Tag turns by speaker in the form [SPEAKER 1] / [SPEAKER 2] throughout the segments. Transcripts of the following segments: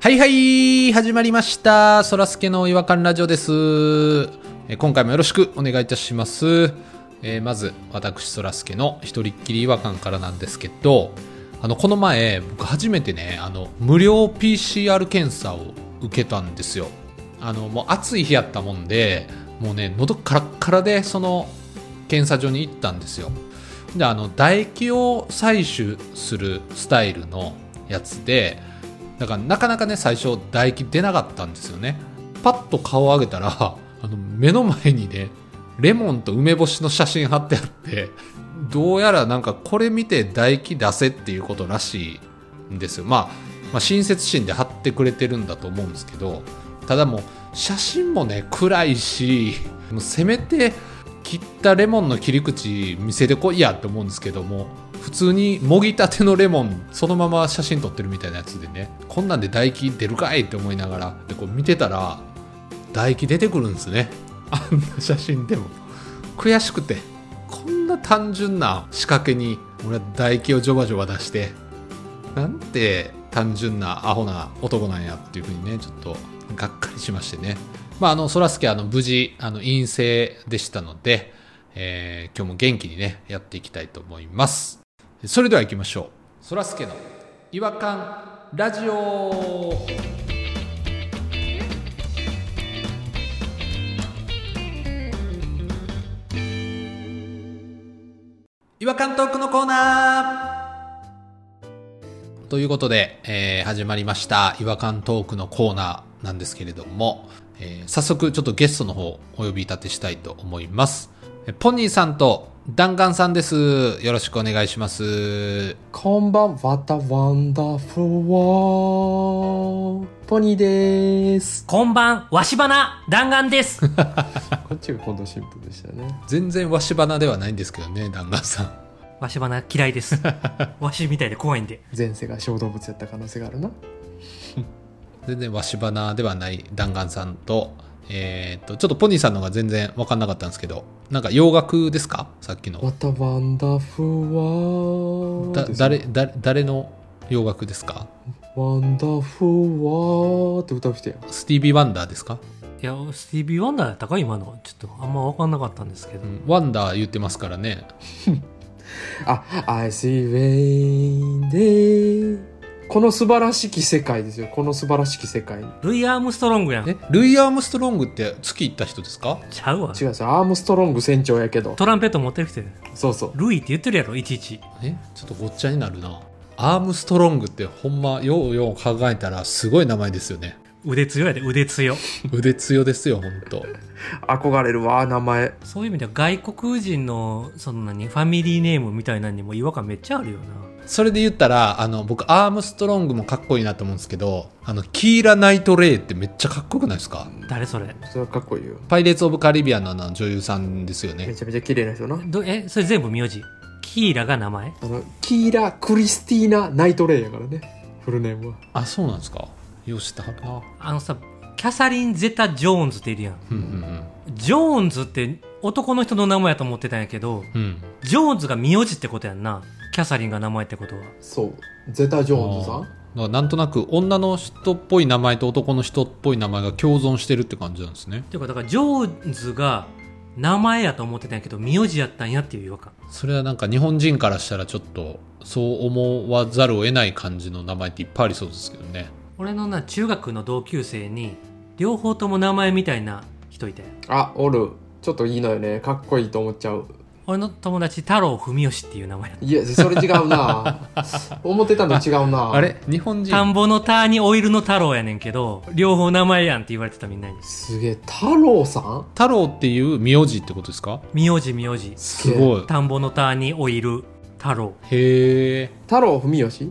[SPEAKER 1] はいはい始まりましたそらすけの違和感ラジオですえー今回もよろしくお願いいたします、えーまず私そらすけの一人っきり違和感からなんですけどあのこの前僕初めてねあの無料 PCR 検査を受けたんですよあのもう暑い日やったもんでもうね喉カラッカラでその検査所に行ったんですよであの唾液を採取するスタイルのやつでだからなかなかね最初唾液出なかったんですよねパッと顔を上げたら あの目の前にねレモンと梅干しの写真貼ってあって どうやらなんかこれ見て唾液出せっていうことらしいんですよ、まあ、まあ親切心で貼ってくれてるんだと思うんですけどただもう写真もね暗いしもうせめて切ったレモンの切り口見せてこいやって思うんですけども普通にもぎたてのレモンそのまま写真撮ってるみたいなやつでねこんなんで唾液出るかいって思いながらでこう見てたら唾液出てくるんですねあんな写真でも悔しくてこんな単純な仕掛けに俺は唾液をジョバジョバ出してなんて単純なアホな男なんやっていうふうにねちょっとがっかりしましてねまああのそらすけあの無事あの陰性でしたので、えー今日も元気にねやっていきたいと思いますそれでは行きましょうそらすけの違和感ラジオ違和感トークのコーナーということで、えー始まりました違和感トークのコーナーなんですけれども、えー早速ちょっとゲストの方お呼び立てしたいと思いますえポニーさんと弾丸さんですよろしくお願いします
[SPEAKER 2] こんばんは、たワンダフルワーポニーです。
[SPEAKER 3] こんばん、わしばな、弾丸です。
[SPEAKER 2] こっちが今度シンプルでしたね。
[SPEAKER 1] 全然わし花ではないんですけどね弾丸さん
[SPEAKER 3] わしばな嫌いです。わしみたいで怖いんで。
[SPEAKER 2] 前世が小動物やった可能性があるな。
[SPEAKER 1] 全然わし花ではない弾丸さんとえーっとちょっとポニーさんの方が全然分かんなかったんですけどなんか洋楽ですかさっきの
[SPEAKER 2] わたワンダフルワー
[SPEAKER 1] だ誰だ誰の洋楽ですか
[SPEAKER 2] ワンダフルワーって歌う人やん。
[SPEAKER 1] スティービー・ワンダーですか、
[SPEAKER 3] いや、スティービー・ワンダーだったか今の。ちょっとあんま分かんなかったんですけど
[SPEAKER 1] う。ん、ワンダー言ってますからね
[SPEAKER 2] あ、I see rain day この素晴らしき世界ですよ。この素晴らしき世界。違う
[SPEAKER 3] ルイ・アームストロングやん。
[SPEAKER 1] えルイ・アームストロングって月行った人ですか
[SPEAKER 3] ちゃうわ。
[SPEAKER 2] んですよアームストロング船長やけど。
[SPEAKER 3] トランペット持ってる人やん
[SPEAKER 2] そうそう。
[SPEAKER 3] ルイって言ってるやろ、いちいち。
[SPEAKER 1] えちょっとごっちゃになるなアームストロングってほんまようよう考えたらすごい名前ですよね
[SPEAKER 3] 腕強やで、腕強。
[SPEAKER 1] 腕強ですよほんと
[SPEAKER 2] 憧れるわ、名前。
[SPEAKER 3] そういう意味では外国人の、その何、ファミリーネームみたいなのにも違和感めっちゃあるよな。
[SPEAKER 1] それで言ったらあの僕アームストロングもかっこいいなと思うんですけどあのキーラ・ナイト・レイってめっちゃかっこよくないですか
[SPEAKER 3] 誰それ
[SPEAKER 2] それはかっこいいよ。
[SPEAKER 1] パイレーツ・オブ・カリビアンのあの女優さんですよ
[SPEAKER 2] め
[SPEAKER 1] ね
[SPEAKER 2] ちゃめちゃ綺麗な人な。
[SPEAKER 3] どえ、それ全部名字キーラが名前
[SPEAKER 2] あの、キーラ・クリスティーナ・ナイトレイやからね。フルネームは。
[SPEAKER 1] あそうなんですかよう知ってはるな
[SPEAKER 3] あのさ、キャサリン・ゼタ・ジョーンズっているやん。
[SPEAKER 1] うんうん
[SPEAKER 3] ジョーンズって男の人の名前やと思ってたんやけど、
[SPEAKER 1] うんうん
[SPEAKER 3] ジョーンズが名字ってことやんな。キャサリンが名前ってことは。
[SPEAKER 2] そう。ゼタ・ジョーンズさ
[SPEAKER 1] あー
[SPEAKER 2] ん
[SPEAKER 1] だからなんとなく女の人っぽい名前と男の人っぽい名前が共存してるって感じなんですね
[SPEAKER 3] ていうか、だからジョーンズが名前やと思ってたんやけど、名字やったんやっていう違和感。
[SPEAKER 1] それはなんか日本人からしたらちょっとそう思わざるを得ない感じの名前っていっぱいありそうですけどね
[SPEAKER 3] 俺のな、中学の同級生に、両方とも名前みたいな人いたよ。
[SPEAKER 2] あ、おる。ちょっといいのよね。かっこいいと思っちゃう。
[SPEAKER 3] 俺の友達、太郎文義っていう名前やった。
[SPEAKER 2] いや、それ違う な。思ってたのと違うな。
[SPEAKER 1] あれ日本
[SPEAKER 3] 田ん
[SPEAKER 1] 人
[SPEAKER 3] ぼの田にオイルの太郎やねんけど、両方名前やんって言われてたみんなに。
[SPEAKER 2] すげえ、太郎さん
[SPEAKER 1] 太郎っていう名字ってことですか
[SPEAKER 3] 名字名字。
[SPEAKER 2] す
[SPEAKER 1] す
[SPEAKER 2] い。
[SPEAKER 1] ごい
[SPEAKER 3] 田んぼの田にオイル太郎。
[SPEAKER 1] へえ
[SPEAKER 2] 太郎文義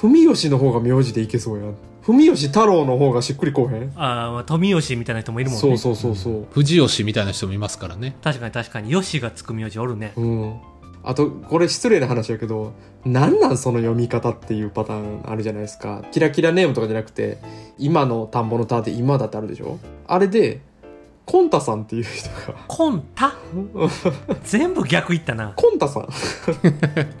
[SPEAKER 2] 文義の方が名字でいけそうやん。文義太郎の方がしっくりこうへん。
[SPEAKER 3] ああ、富吉みたいな人もいるもんね。
[SPEAKER 2] そうそうそうそう。
[SPEAKER 1] 藤吉みたいな人もいますからね
[SPEAKER 3] 確かに確かに、吉がつく名字おるね。
[SPEAKER 2] うん。あと、これ失礼な話やけど、なんなんその読み方っていうパターンあるじゃないですか。キラキラネームとかじゃなくて、今の田んぼの田って今だってあるでしょあれで、コンタさんっていう人が
[SPEAKER 3] コンタ全部逆言ったな
[SPEAKER 2] コンタさん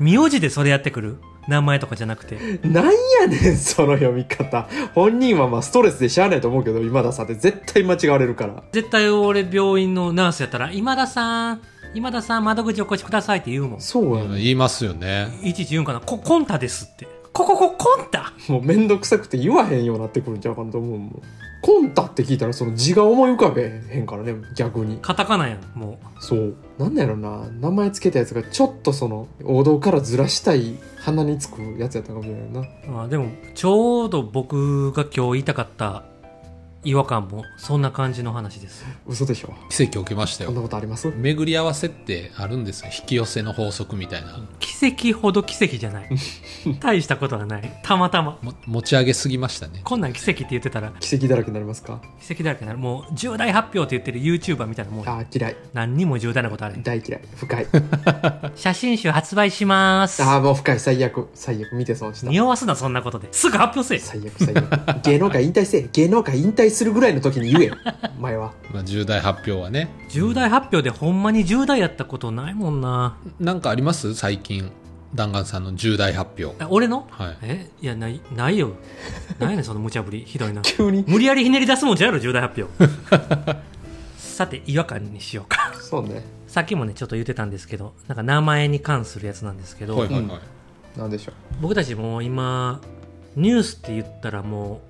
[SPEAKER 3] 名字でそれやってくる名前とかじゃなくて
[SPEAKER 2] なんやねん、その読み方。本人はまあストレスでしゃあないと思うけど、今田さんって絶対間違われるから。
[SPEAKER 3] 絶対俺病院のナースやったら「今田さん今田さん窓口お越しください」って言うもん
[SPEAKER 2] そうやね。
[SPEAKER 1] 言いますよね。
[SPEAKER 3] いちいち言うんかな「こコンタです」って「こここコンタ!
[SPEAKER 2] もうめんどくさくて言わへんようになってくるんちゃうかなと思うもん。コンタって聞いたらその字が思い浮かべへんからね、逆に」。
[SPEAKER 3] カタカナやんも
[SPEAKER 2] そう。なんだろな、名前つけたやつがちょっとその王道からずらしたい鼻につくやつやったかもしれないな。
[SPEAKER 3] うまあでもちょうど僕が今日言いたかった違和感もそんな感じの話です
[SPEAKER 2] 嘘でしょ。
[SPEAKER 1] 奇跡を受けました
[SPEAKER 2] こん
[SPEAKER 1] よ。
[SPEAKER 2] なことあります
[SPEAKER 1] 巡り合わせってあるんですよ。引き寄せの法則みたいな。
[SPEAKER 3] 奇跡ほど奇跡じゃない大したことはないたまたま
[SPEAKER 1] も持ち上げすぎましたね。
[SPEAKER 3] こんなん奇跡って言ってたら
[SPEAKER 2] 奇跡だらけになりますか
[SPEAKER 3] 奇跡だらけになるもう重大発表って言ってる YouTuber みたいなもん
[SPEAKER 2] ああ、嫌い。
[SPEAKER 3] 何にも重大なことある
[SPEAKER 2] 大嫌い。深 い。
[SPEAKER 3] 写真集発売します
[SPEAKER 2] ああ、もう深い。最悪。最悪。見て損した。
[SPEAKER 3] 匂わすなそんなことですぐ発表せ
[SPEAKER 2] 最悪最悪芸能界引退せえ芸能界引退するぐらいの時に言え よ前は
[SPEAKER 1] まあ、重大発表はね。
[SPEAKER 3] え重大発表でほんまに重大やったことないもんな
[SPEAKER 1] なんかあります最近。弾丸さんの重大発表。
[SPEAKER 3] あ俺の
[SPEAKER 1] はい。
[SPEAKER 3] えいやないないよないねんその無茶ぶりひどいな
[SPEAKER 2] 急に
[SPEAKER 3] 無理やりひねり出すもんじゃやろ重大 発表さて違和感にしようか
[SPEAKER 2] そうね
[SPEAKER 3] さっきもねちょっと言ってたんですけどなんか名前に関するやつなんですけど、
[SPEAKER 1] はいはいはい。
[SPEAKER 2] なんでしょ
[SPEAKER 3] 僕たちもう今ニュースって言ったらも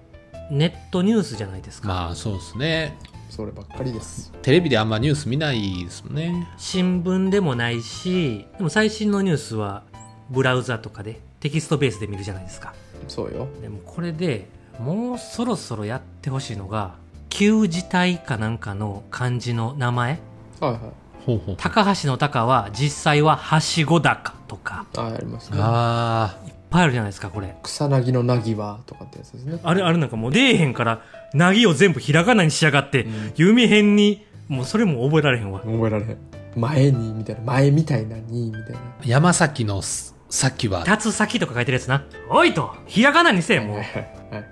[SPEAKER 3] うネットニュースじゃないですか、
[SPEAKER 1] まあそうですね。
[SPEAKER 2] うそればっかりです
[SPEAKER 1] テレビであんまニュース見ないですもんね。
[SPEAKER 3] 新聞でもないしでも最新のニュースはブラウザとかでテキストベースで見るじゃないですか
[SPEAKER 2] そうよ
[SPEAKER 3] でもこれでもうそろそろやってほしいのが旧字体かなんかの漢字の名前
[SPEAKER 2] はいはい
[SPEAKER 1] ほうほう。
[SPEAKER 3] 高橋の高は実際ははしご高とか
[SPEAKER 2] ああありますね
[SPEAKER 1] あ
[SPEAKER 3] いっぱいあるじゃないですかこれ
[SPEAKER 2] 草薙のなぎはとかってやつですね
[SPEAKER 3] あれ、あれなんかもう出えへんから、なぎを全部ひらがなにしやがって、
[SPEAKER 2] うん
[SPEAKER 3] 弓編に、もうそれも覚えられへんわ。
[SPEAKER 2] 覚えられへん前にみたいな前みたいなにみたいな
[SPEAKER 1] あ。山崎のす先は。
[SPEAKER 3] 立つ先とか書いてるやつな。おいとひらがなにせえ、もう
[SPEAKER 2] はい。はいはい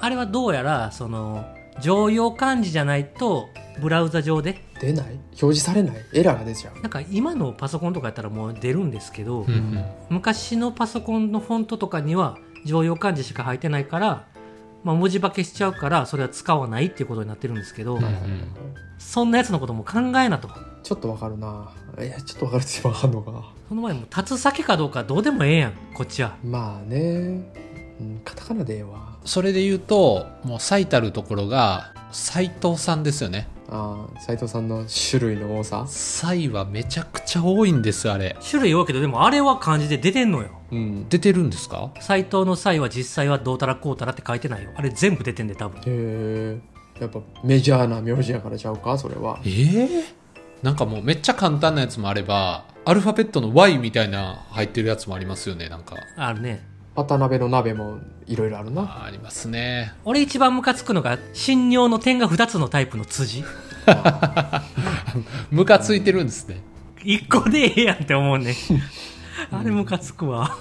[SPEAKER 3] あれはどうやら、その、常用漢字じゃないと、ブラウザ上で、
[SPEAKER 2] 出ない表示されないエラーが出ちゃう
[SPEAKER 3] なんか今のパソコンとかやったらもう出るんですけど、
[SPEAKER 1] うんうん
[SPEAKER 3] 昔のパソコンのフォントとかには、常用漢字しか入ってないから、まあ文字化けしちゃうから、それは使わないっていうことになってるんですけど、
[SPEAKER 1] うん
[SPEAKER 2] はいはいはいはい
[SPEAKER 3] そんなやつのことも考えなと。
[SPEAKER 2] ちょっとわかるないやちょっとわかるってわかんのかな
[SPEAKER 3] その前にもう立つ先かどうかどうでもええやんこっちは
[SPEAKER 2] まあね、うん、カタカナでええわ
[SPEAKER 1] それで言うと、もう最たるところが、斎藤さんですよね。
[SPEAKER 2] ああ斎藤さんの種類の多さ
[SPEAKER 1] 斎はめちゃくちゃ多いんです、あれ。
[SPEAKER 3] 種類多いけどでもあれは漢字で出てんのよ
[SPEAKER 2] うん
[SPEAKER 1] 出てるんですか
[SPEAKER 3] 斎藤の際は実際はどうたらこうたらって書いてないよあれ全部出てんで多分
[SPEAKER 2] へえやっぱメジャーな名字やからちゃうかそれは
[SPEAKER 1] ええなんかもうめっちゃ簡単なやつもあれば、アルファベットの Y みたいな入ってるやつもありますよね、なんか。
[SPEAKER 3] あるね
[SPEAKER 2] 渡辺の鍋もいろいろあるな
[SPEAKER 1] あありますね。
[SPEAKER 3] 俺一番ムカつくのが信用の点が2つのタイプの辻
[SPEAKER 1] ムカついてるんですね。
[SPEAKER 3] 一個でええやんって思うねあれムカつくわ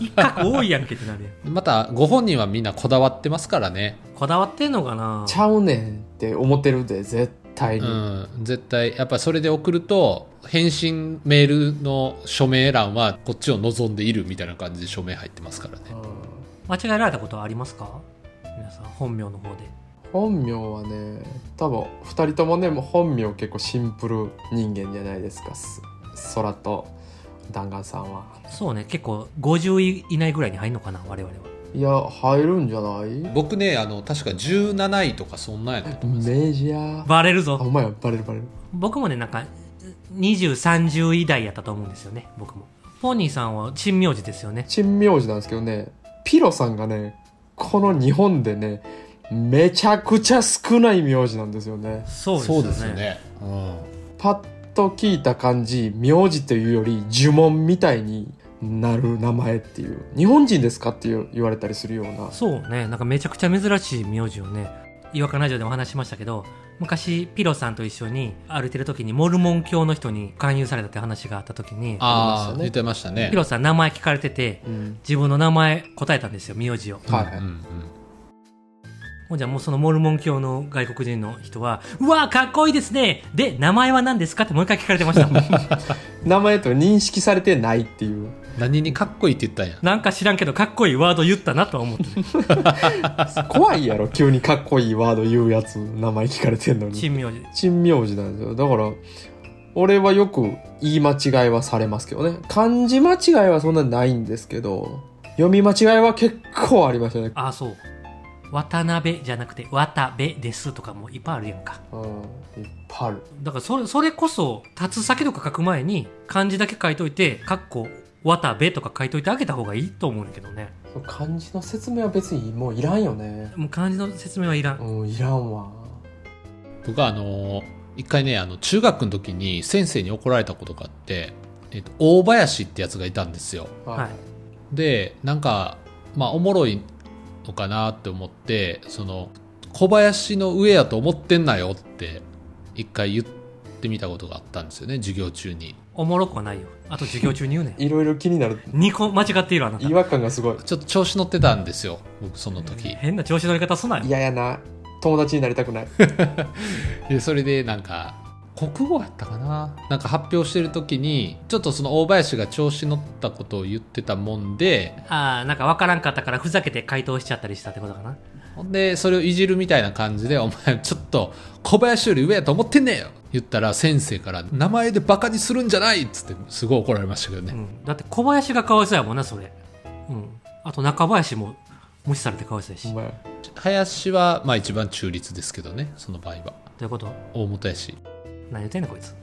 [SPEAKER 3] 一角多いやんけってなるやん
[SPEAKER 1] また、ご本人はみんなこだわってますからね。
[SPEAKER 3] こだわってんのかな
[SPEAKER 2] ちゃうねんって思ってるで絶対に、
[SPEAKER 1] うん、絶対やっぱそれで送ると返信メールの署名欄はこっちを望んでいるみたいな感じで署名入ってますからね
[SPEAKER 2] うん
[SPEAKER 3] 間違えられたことはありますか皆さん本名の方で
[SPEAKER 2] 本名はね多分2人ともねもう本名結構シンプル人間じゃないですかす空と弾丸さんは
[SPEAKER 3] そうね結構50位以内ぐらいに入るのかな我々はい
[SPEAKER 2] や入るんじゃない
[SPEAKER 1] 僕ねあの確か17位とかそんなんやなと思います、
[SPEAKER 2] メジャー
[SPEAKER 3] バレる
[SPEAKER 2] あ
[SPEAKER 3] ぞ
[SPEAKER 2] お前はバレるバレる
[SPEAKER 3] 僕もねなんか2030以台やったと思うんですよね僕もポニーさんは珍名字ですよね
[SPEAKER 2] 珍名字なんですけどねピロさんがねこの日本でねめちゃくちゃ少ない名字なんですよね
[SPEAKER 3] そう
[SPEAKER 1] そうですよねうん
[SPEAKER 2] パッと聞いた感じ名字というより呪文みたいになる名前っていう日本人ですかっていう言われたりするような
[SPEAKER 3] そうねなんかめちゃくちゃ珍しい名字をね違和感ラジオでも話しましたけど昔ピロさんと一緒に歩いてる時にモルモン教の人に勧誘されたって話があった時に
[SPEAKER 1] ああ、
[SPEAKER 2] ありましたね
[SPEAKER 1] 言ってましたね
[SPEAKER 3] ピロさん名前聞かれてて
[SPEAKER 2] うん
[SPEAKER 3] 自分の名前答えたんですよ名字を
[SPEAKER 2] はいはい
[SPEAKER 1] うんうん
[SPEAKER 3] ほんじゃもうそのモルモン教の外国人の人は、うわーかっこいいですねで、名前は何ですかってもう一回聞かれて ました。
[SPEAKER 2] 名前と認識されてないっていう
[SPEAKER 1] 何にかっこいいって言ったんや。
[SPEAKER 3] なんか知らんけどかっこいいワード言ったなとは思って。
[SPEAKER 2] 怖いや ろ急にかっこいいワード言うやつ名前聞かれてんのに
[SPEAKER 3] 珍名字。
[SPEAKER 2] 珍名字なんですよだから俺はよく言い間違いはされますけどね漢字間違いはそんなないんですけど読み間違いは結構ありましたね
[SPEAKER 3] ああ、そう。渡辺じゃなくて渡部ですとかもいっぱいあるやんか。
[SPEAKER 2] うんいっぱいある
[SPEAKER 3] だからそれそれこそ立つ先とか書く前に漢字だけ書いといて「かっこ渡部」とか書いといてあげた方がいいと思うんだけどね
[SPEAKER 2] そう漢字の説明は別にもういらんよね
[SPEAKER 3] もう漢字の説明はいらん
[SPEAKER 2] うんいらんわ
[SPEAKER 1] 僕はあのー一回ね、あの、中学の時に先生に怒られたことがあって、えっと、大林ってやつがいたんですよ。
[SPEAKER 3] はい
[SPEAKER 1] でなんかまあおもろいのかなって思ってその小林の上やと思ってんなよって一回言ってみたことがあったんですよね授業中に
[SPEAKER 3] おもろくはないよあと授業中に言うね
[SPEAKER 2] いろいろ気になる
[SPEAKER 3] 2個間違っているあなた
[SPEAKER 2] 違和感がすごい
[SPEAKER 1] ちょっと調子乗ってたんですよ僕その時
[SPEAKER 3] 変な調子乗り方すなよ
[SPEAKER 2] 嫌やな友達になりたく ない
[SPEAKER 1] でそれでなんか国語やったかななんか発表してる時にちょっとその大林が調子乗ったことを言ってたもんで
[SPEAKER 3] ああなんかわからんかったからふざけて回答しちゃったりしたってことかな
[SPEAKER 1] ほんで、それをいじるみたいな感じで、お前ちょっと小林より上やと思ってんねんよ言ったら先生から、名前でバカにするんじゃないっつってすごい怒られましたけど
[SPEAKER 3] う
[SPEAKER 1] ね。
[SPEAKER 3] ん、だって小林がかわいそうやもんなそれうんあと中林も無視されてかわいそうや
[SPEAKER 2] お
[SPEAKER 3] し
[SPEAKER 2] 前
[SPEAKER 1] 林は、まあ一番中立ですけどね、その場合は。
[SPEAKER 3] ということ
[SPEAKER 1] 大元やし。
[SPEAKER 3] 何言ってんのこ いつ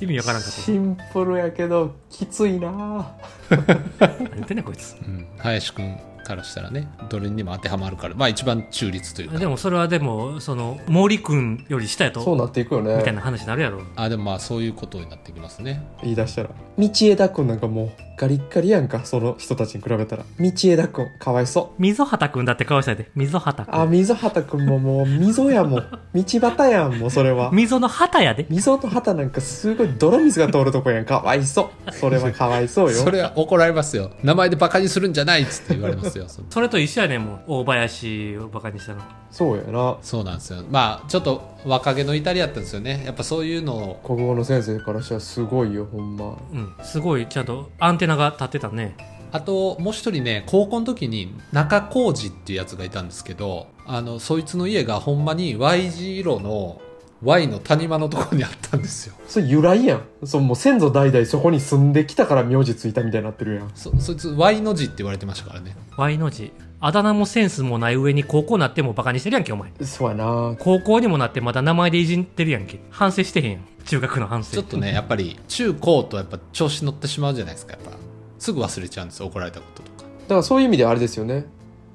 [SPEAKER 3] 意味わからんかった
[SPEAKER 2] シンプルやけどきついな
[SPEAKER 3] 何言ってんねんこいつ
[SPEAKER 1] うん。林くんからしたらね、どれにも当てはまるから、まあ一番中立というか。
[SPEAKER 3] でもそれはでもその毛利君より下や
[SPEAKER 2] そう
[SPEAKER 3] と
[SPEAKER 2] なっていくよね
[SPEAKER 3] みたいな話になるやろ
[SPEAKER 1] あ、でもまあそういうことになってきますね。
[SPEAKER 2] 言い出したら道枝君なんかもうガリッガリやんかその人たちに比べたら道枝君かわいそう
[SPEAKER 3] 溝端君だって顔したいで溝端
[SPEAKER 2] あ
[SPEAKER 3] 君
[SPEAKER 2] 溝端君ももう溝やもん道端やんもうそれは
[SPEAKER 3] 溝の旗やで
[SPEAKER 2] 溝と畑なんかすごい泥水が通るとこやんかわいそうそれはかわいそうよ
[SPEAKER 1] それは怒られますよ。名前でバカにするんじゃないっつって言われますよ。その
[SPEAKER 3] それと一緒やねんもう大林をバカにしたの
[SPEAKER 2] そうやな
[SPEAKER 1] そうなんですよ。まあちょっと若気の至りやったんですよね。やっぱそういうのを
[SPEAKER 2] 国語の先生からしたらすごいよほんま
[SPEAKER 3] うんすごいちゃんとアンテナが立ってたね
[SPEAKER 1] あともう一人ね高校の時に中浩二っていうやつがいたんですけどあのそいつの家がほんまに Y 字路の Y の谷間のところにあったんですよ
[SPEAKER 2] それ由来やんそうもう先祖代々そこに住んできたから名字ついたみたいになってるやん
[SPEAKER 1] そそいつ Y の字って言われてましたからね
[SPEAKER 3] Y の字あだ名もセンスもない上に高校なってもバカにしてるやんけお前
[SPEAKER 2] そうやな
[SPEAKER 3] 高校にもなってまだ名前でいじってるやんけ反省してへんやん中学の反
[SPEAKER 1] ちょ
[SPEAKER 3] 省
[SPEAKER 1] っとねやっぱり中高とやっぱ調子乗ってしまうじゃないですかやっぱすぐ忘れちゃうんですよ怒られたこととか
[SPEAKER 2] だからそういう意味ではあれですよね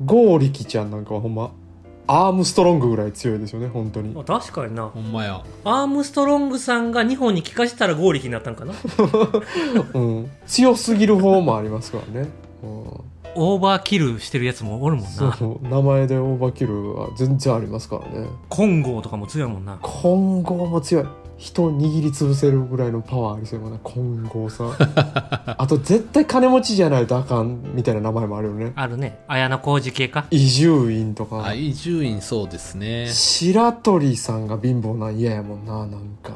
[SPEAKER 2] 剛力ちゃんなんかはほんまアームストロングぐらい強いですよね本当に
[SPEAKER 3] あ確かにな
[SPEAKER 1] ほんまや
[SPEAKER 3] アームストロングさんが日本に聞かしたら合力になったんかな
[SPEAKER 2] うん強すぎる方もありますからね、うん、
[SPEAKER 3] オーバーキルしてるやつもおるもんな
[SPEAKER 2] そう名前でオーバーキルは全然ありますからね
[SPEAKER 3] 金剛とかも強いもんな
[SPEAKER 2] 混合も強い人を握り潰せるぐらいのパワーありそうやもんな混合さ んあと絶対金持ちじゃないとあかんみたいな名前もあるよね
[SPEAKER 3] あるね綾小路系か
[SPEAKER 2] 伊集院とか
[SPEAKER 1] あ伊集院そうですね
[SPEAKER 2] 白鳥さんが貧乏なん嫌やもんななんか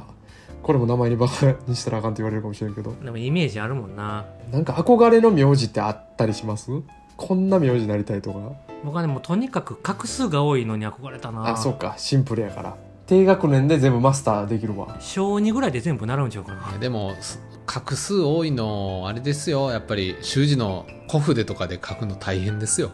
[SPEAKER 2] これも名前にバカにしたらあかんって言われるかもしれんけど
[SPEAKER 3] でもイメージあるもんな
[SPEAKER 2] なんか憧れの名字ってあったりしますこんな名字になりたいとか
[SPEAKER 3] 僕はねもうとにかく画数が多いのに憧れたな
[SPEAKER 2] あそうかシンプルやから低学年で全部マスターできるわ
[SPEAKER 3] 小2ぐらいで全部習うんちゃうかな
[SPEAKER 1] でもす画数多いのあれですよやっぱり習字の小筆とかで書くの大変ですよ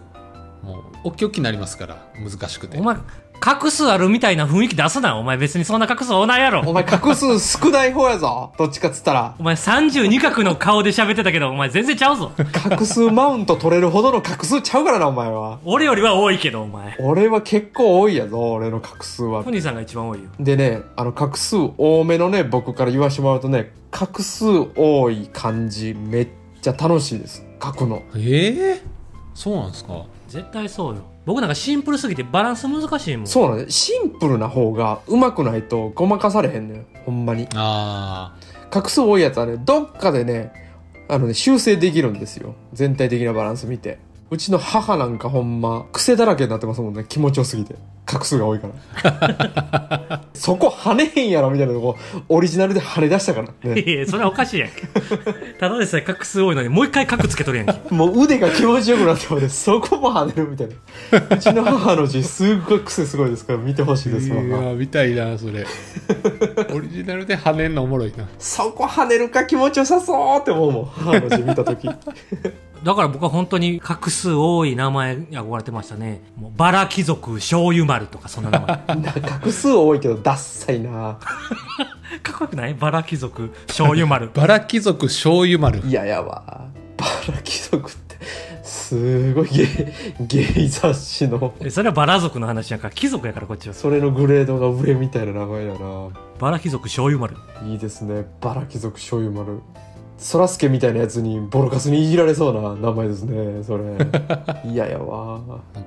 [SPEAKER 1] もうおっきおっきになりますから難しくて
[SPEAKER 3] お前画数あるみたいな雰囲気出すなお前別にそんな画数多ないや
[SPEAKER 2] お
[SPEAKER 3] ろ
[SPEAKER 2] 前画数少ない方やぞどっちかっつったら
[SPEAKER 3] お前32画の顔で喋ってたけどお前全然ちゃうぞ
[SPEAKER 2] 画数マウント取れるほどの画数ちゃうからなお前は
[SPEAKER 3] 俺よりは多いけどお前
[SPEAKER 2] 俺は結構多いやぞ俺の画数は
[SPEAKER 3] トニーさんが一番多いよ
[SPEAKER 2] でねあの画数多めのね僕から言わしてもらうとね画数多い感じめっちゃ楽しいです書くの
[SPEAKER 1] ええそうなんですか
[SPEAKER 3] 絶対そうよ僕なんかシンプルすぎてバランス難しいもん
[SPEAKER 2] そうなんだよシンプルな方がうまくないとごまかされへんのよほんまに
[SPEAKER 1] ああ
[SPEAKER 2] 画数多いやつはねどっかでねあのね修正できるんですよ全体的なバランス見てうちの母なんかほんま癖だらけになってますもんね気持ちよすぎて画数が多いから そこ跳ねへんやろみたいなとこオリジナルで跳ね出したから ね
[SPEAKER 3] いやいやそれはおかしいやんただでさえ画数多いのにもう一回画つけとるやんけ
[SPEAKER 2] もう腕が気持ちよくなってまでそこも跳ねるみたいなうちの母の字すっごい癖すごいですから見てほしいです
[SPEAKER 1] い
[SPEAKER 2] も
[SPEAKER 1] や
[SPEAKER 2] んな
[SPEAKER 1] ー見たいなそれ オリジナルで跳ねんのおもろいな
[SPEAKER 2] そこ跳ねるか気持ちよさそうって思うもん母の字見た時
[SPEAKER 3] だから僕は本当に画数多い名前に憧れてましたねもうバラ貴族醤油丸とかそんな名前か
[SPEAKER 2] な画数多いけどダッサいな
[SPEAKER 3] っこよくないバラ貴族醤油 丸
[SPEAKER 1] バラ貴族醤油丸
[SPEAKER 2] いややわバラ貴族ってすごいゲイゲイ雑誌の
[SPEAKER 3] えそれはバラ族の話やから貴族やからこっちは
[SPEAKER 2] それのグレードが上みたいな名前だな
[SPEAKER 3] バラ貴族醤油丸
[SPEAKER 2] いいですねバラ貴族醤油丸そらすけみたいなやつにボロカスにいじられそうな名前ですねそれいややわ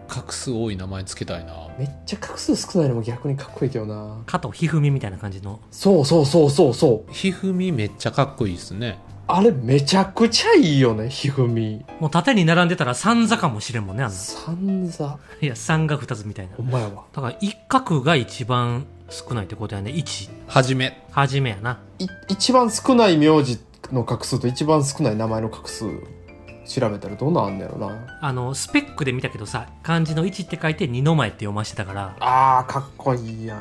[SPEAKER 1] 画数多い名前つけたいな
[SPEAKER 2] めっちゃ画数少ないのも逆にかっこいいけどな
[SPEAKER 3] 加藤一二三みたいな感じの
[SPEAKER 2] そうそうそうそうそう
[SPEAKER 1] ひふみめっちゃかっこいいですね
[SPEAKER 2] あれめちゃくちゃいいよねひふみ
[SPEAKER 3] もう縦に並んでたら三座かもしれんもんねあんな
[SPEAKER 2] さんざ
[SPEAKER 3] いや三が二つみたいな
[SPEAKER 2] お前は
[SPEAKER 3] だから一画が一番少ないってことやね一
[SPEAKER 1] はじめ
[SPEAKER 3] 初めやない
[SPEAKER 2] 一番少ない名字の画数と一番少ない名前の画数調べたらどんなんあんねやろな
[SPEAKER 3] あのスペックで見たけどさ漢字の一って書いて二の前って読ましてたから、
[SPEAKER 2] あーかっこいいやん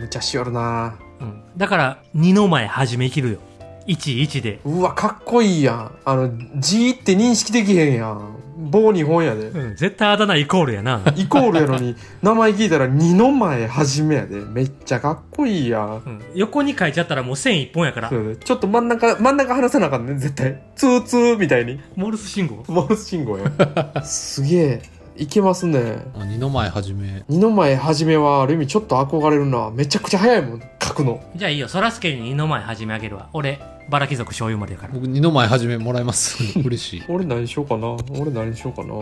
[SPEAKER 2] むちゃしよるな
[SPEAKER 3] うん、だから二の前初め生きるよ一一で
[SPEAKER 2] うわかっこいいやんあの字って認識できへんやん棒日本やで
[SPEAKER 3] うん、絶対あだ名イコールやな。
[SPEAKER 2] イコールやの に名前聞いたら二の前始めやでめっちゃかっこいいやん
[SPEAKER 3] うん、横に書いちゃったらもう線一本やから
[SPEAKER 2] そ、うやでちょっと真ん中真ん中離さなあかんね絶対ツーツーみたいに
[SPEAKER 3] モールス信号。
[SPEAKER 2] モールス信号や すげえいけますね
[SPEAKER 1] あ二の前はじめ
[SPEAKER 2] 二の前はじめはある意味ちょっと憧れるなめちゃくちゃ早いもん書くの
[SPEAKER 3] じゃあいいよ、そらすけに二の前始めあげるわ。俺、バラ貴族醤油丸やから。こ
[SPEAKER 1] 僕二の前はじめもらいます 嬉しい
[SPEAKER 2] 俺何しようかな俺何しようかな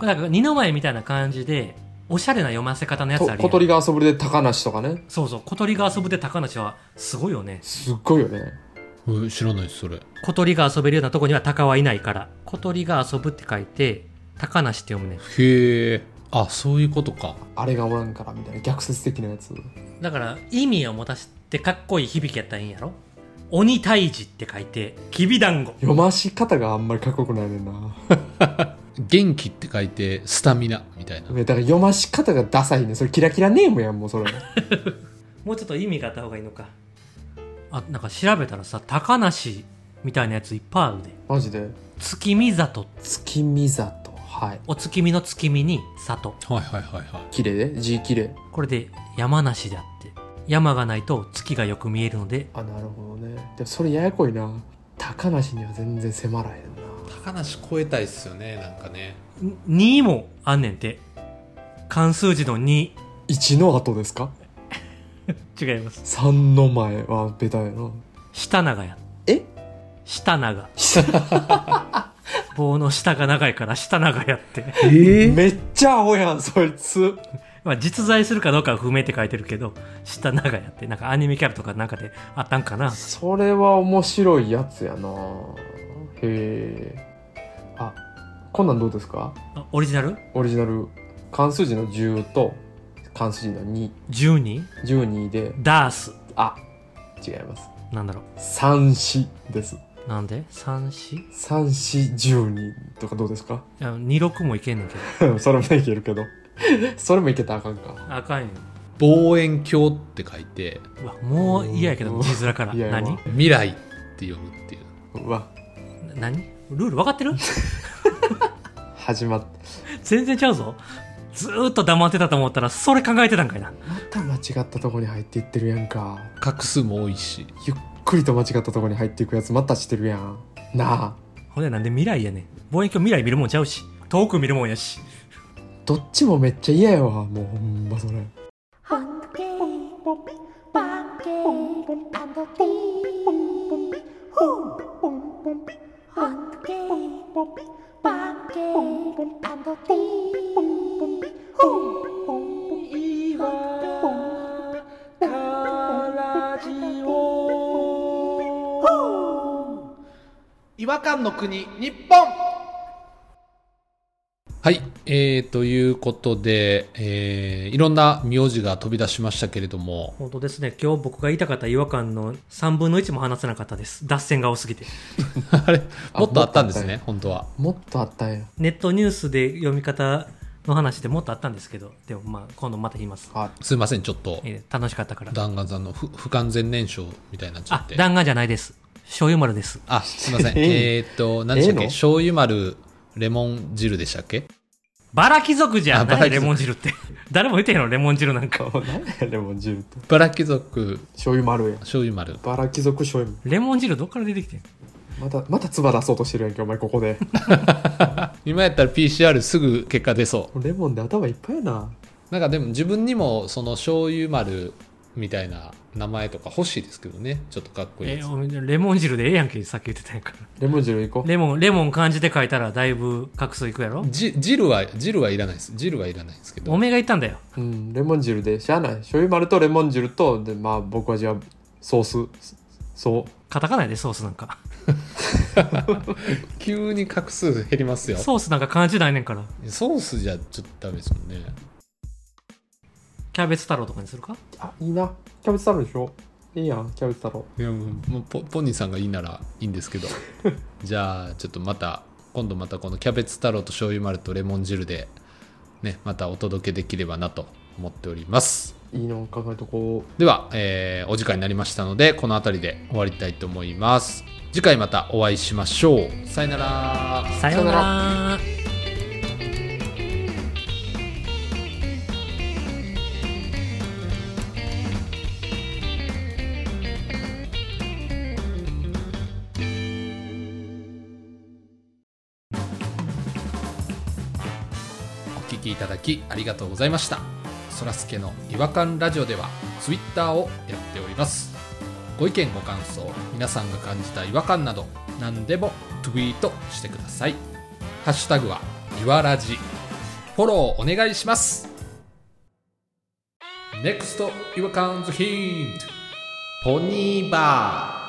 [SPEAKER 3] れなんか二の前みたいな感じで、おしゃれな読ませ方のや
[SPEAKER 2] と
[SPEAKER 3] つある
[SPEAKER 2] 小
[SPEAKER 3] やん
[SPEAKER 2] 鳥が遊ぶで高梨とかね
[SPEAKER 3] そうそう、小鳥が遊ぶで高梨はすごいよね。
[SPEAKER 2] すっごいよね
[SPEAKER 1] うん知らないですそれ
[SPEAKER 3] 小鳥が遊べるようなとこには高はいないから。小鳥が遊ぶって書いて、高梨って読むね。
[SPEAKER 1] へえあそういうことか
[SPEAKER 2] あれがおらんからみたいな逆説的なやつ
[SPEAKER 3] だから、意味を持たせてかっこいい響きやったらいいんやろ鬼退治って書いて、きびだんご。
[SPEAKER 2] 読まし方があんまりかっこよくないねんな
[SPEAKER 1] 元気って書いてスタミナみたいな
[SPEAKER 2] だから読まし方がダサいねそれキラキラネームやんもうそれ
[SPEAKER 3] もうちょっと意味があった方がいいのかあなんか調べたらさ高梨みたいなやついっぱいあるで
[SPEAKER 2] マジで
[SPEAKER 3] 月見里
[SPEAKER 2] 月見里はい
[SPEAKER 3] お月見の月見に里
[SPEAKER 1] はいはいはいはい
[SPEAKER 2] 綺麗で字綺麗
[SPEAKER 3] これで山梨であって山がないと月がよく見えるので
[SPEAKER 2] あなるほどねでもそれややこいな高梨には全然迫らへんな
[SPEAKER 1] 高梨超えたいっすよねなんかね
[SPEAKER 3] に2もあんねんて漢数字の2
[SPEAKER 2] 1の後ですか
[SPEAKER 3] 違います
[SPEAKER 2] 3の前はベタやな
[SPEAKER 3] 下長や
[SPEAKER 2] え
[SPEAKER 3] 下長棒の下が長いから下長やって、
[SPEAKER 1] え
[SPEAKER 2] めっちゃ青やんそいつ
[SPEAKER 3] まあ、実在するかどうかは不明って書いてるけど下長やってなんかアニメキャラとかなんかであったんかな
[SPEAKER 2] それは面白いやつやなへえあこんなんどうですか
[SPEAKER 3] あオリジナル
[SPEAKER 2] オリジナル漢数字の10と漢数字の
[SPEAKER 3] 12
[SPEAKER 2] 212で
[SPEAKER 3] ダース
[SPEAKER 2] あ違います
[SPEAKER 3] なんだろ
[SPEAKER 2] 三四です
[SPEAKER 3] うなんで三四い
[SPEAKER 2] 三四十二とかどうですか
[SPEAKER 3] や二六もいけんねんけど
[SPEAKER 2] それもいけるけどそれもいけたらあかんか
[SPEAKER 3] あかんよ
[SPEAKER 1] 望遠鏡って書いて
[SPEAKER 3] うわもう嫌やけど字面から
[SPEAKER 2] いやいや
[SPEAKER 3] 何
[SPEAKER 1] 未来って読むっていう
[SPEAKER 2] うわ
[SPEAKER 3] な何ルール分かってる
[SPEAKER 2] 始まって
[SPEAKER 3] 全然ちゃうぞずーっと黙ってたと思ったらそれ考えてたんかいな
[SPEAKER 2] また間違ったとこに入っていってるやんか
[SPEAKER 1] 画数も多いし
[SPEAKER 2] ゆっくりと間違ったとこに入っていくやつまたしてるやんなあ
[SPEAKER 3] ほんでなんで未来やねん望遠鏡未来見るもんちゃうし遠く見るもんやし
[SPEAKER 2] どっちもめっちゃ嫌やわもうほんまそれ
[SPEAKER 4] Hunky,
[SPEAKER 5] 違和感の国日本
[SPEAKER 1] はい、えー、ということで、えーいろんな名字が飛び出しましたけれども、
[SPEAKER 3] 本当ですね。今日僕が言いたかった違和感の3分の1も話せなかったです。脱線が多すぎて。
[SPEAKER 1] あれ、
[SPEAKER 2] あ
[SPEAKER 1] もっとあったんです
[SPEAKER 2] もっとあったん
[SPEAKER 1] ね、本当は。
[SPEAKER 2] もっとあったんや。
[SPEAKER 3] ネットニュースで読み方の話でもっとあったんですけど、でもまあ今度また言います。
[SPEAKER 2] はい。
[SPEAKER 1] すいません、ちょっと、
[SPEAKER 3] えー楽しかったから。
[SPEAKER 1] 弾丸さんの不不完全燃焼みたいになっちゃ
[SPEAKER 3] あ
[SPEAKER 1] っ、て。
[SPEAKER 3] 弾丸じゃないです。醤油丸です。
[SPEAKER 1] あ、すいませ ん。
[SPEAKER 2] ええ
[SPEAKER 1] えーっと、何でしたっ
[SPEAKER 2] ええ
[SPEAKER 1] け
[SPEAKER 2] の
[SPEAKER 1] 醤油丸、レモン汁でしたっけ
[SPEAKER 3] バラ貴族じゃ
[SPEAKER 1] あバラ
[SPEAKER 3] ない
[SPEAKER 1] 貴
[SPEAKER 3] レ
[SPEAKER 1] 族
[SPEAKER 3] モン汁って。 誰も言ってへんのレモン汁なんか。
[SPEAKER 2] 何やレモン汁って。
[SPEAKER 1] バラ貴族、
[SPEAKER 2] 醤油丸や。
[SPEAKER 1] 醤油丸。
[SPEAKER 2] バラ貴族醤油。
[SPEAKER 3] レモン汁どっから出てきてん
[SPEAKER 2] また、また唾出そうとしてるやんけ、お前ここで。
[SPEAKER 1] 今やったら PCR すぐ結果出そう。
[SPEAKER 2] レモンで頭いっぱいやな。
[SPEAKER 1] なんかでも自分にも、その醤油丸みたいな名前とか欲しいですけどね。ちょっとかっこいい
[SPEAKER 3] え
[SPEAKER 1] です。
[SPEAKER 3] おレモン汁でええやんけ、さっき言ってたんやから。
[SPEAKER 2] レモン汁いこう。
[SPEAKER 3] レモン、レモン漢字で書いたらだいぶ画数いくやろ
[SPEAKER 1] じ汁は、汁はいらないです。汁はいらないですけど。
[SPEAKER 3] おめが言ったんだよ。
[SPEAKER 2] うん、レモン汁で。しゃあない。醤油丸とレモン汁と、で、まあ僕はじゃあ、ソース。そう。
[SPEAKER 3] カタカナやでソースなんか。
[SPEAKER 1] 急に画数減りますよ。
[SPEAKER 3] ソースなんか漢字ないねんから。
[SPEAKER 1] ソースじゃちょっとダメですもんね。
[SPEAKER 3] キャベツ太郎とかにするか
[SPEAKER 2] あ、いいな。キャベツ太郎でしょいいやん、キャベツ太郎。
[SPEAKER 1] いやもうもうポポニーさんがいいならいいんです けどじゃあちょっとまた今度またこのキャベツ太郎と醤油丸とレモン汁でねまたお届けできればなと思っております
[SPEAKER 2] いいの考えとこう。
[SPEAKER 1] では、えーお時間になりましたのでこの辺りで終わりたいと思います次回またお会いしましょうさよなら
[SPEAKER 3] さような
[SPEAKER 2] さよ
[SPEAKER 3] ら。
[SPEAKER 1] お聞きいただきありがとうございましたそらすけの違和感ラジオではツイッターをやっておりますご意見ご感想皆さんが感じた違和感など何でもツイートしてくださいハッシュタグはいわらじフォローお願いします NEXT 違和感ズヒントポニーバー